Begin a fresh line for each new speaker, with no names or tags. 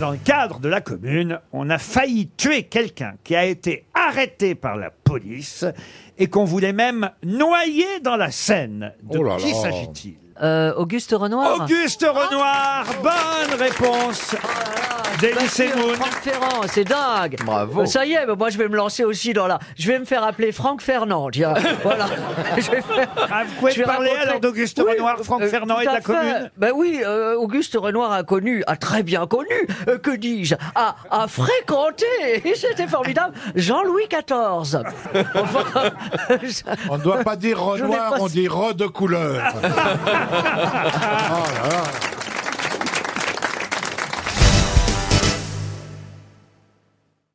Dans le cadre de la commune, on a failli tuer quelqu'un qui a été arrêté par la police et qu'on voulait même noyer dans la Seine. De
Oh là
qui
là.
s'agit-il
Euh, Auguste Renoir
Auguste Renoir, bonne réponse
Ah,
d'Elie Semoun.
Franck Ferrand, Eh ben, c'est dingue
Bravo.
Euh, Ça y est, bah, moi je vais me lancer aussi dans la... Je vais me faire appeler Franck Fernand, tiens. voilà. Je vais faire-
Ah, vous pouvez
Je vais
parler
raconter-
alors d'Auguste
Oui,
Renoir, Franck
euh,
Fernand et de
tout
la
à fait.
commune
Ben oui, euh, Auguste Renoir a connu, a très bien connu, euh, que dis-je, a, a fréquenté, et c'était formidable, Jean-Louis XIV. Enfin, je-
On ne doit pas dire
Je l'ai
Renoir,
pas
on
su-
dit re de couleur. Oh là là.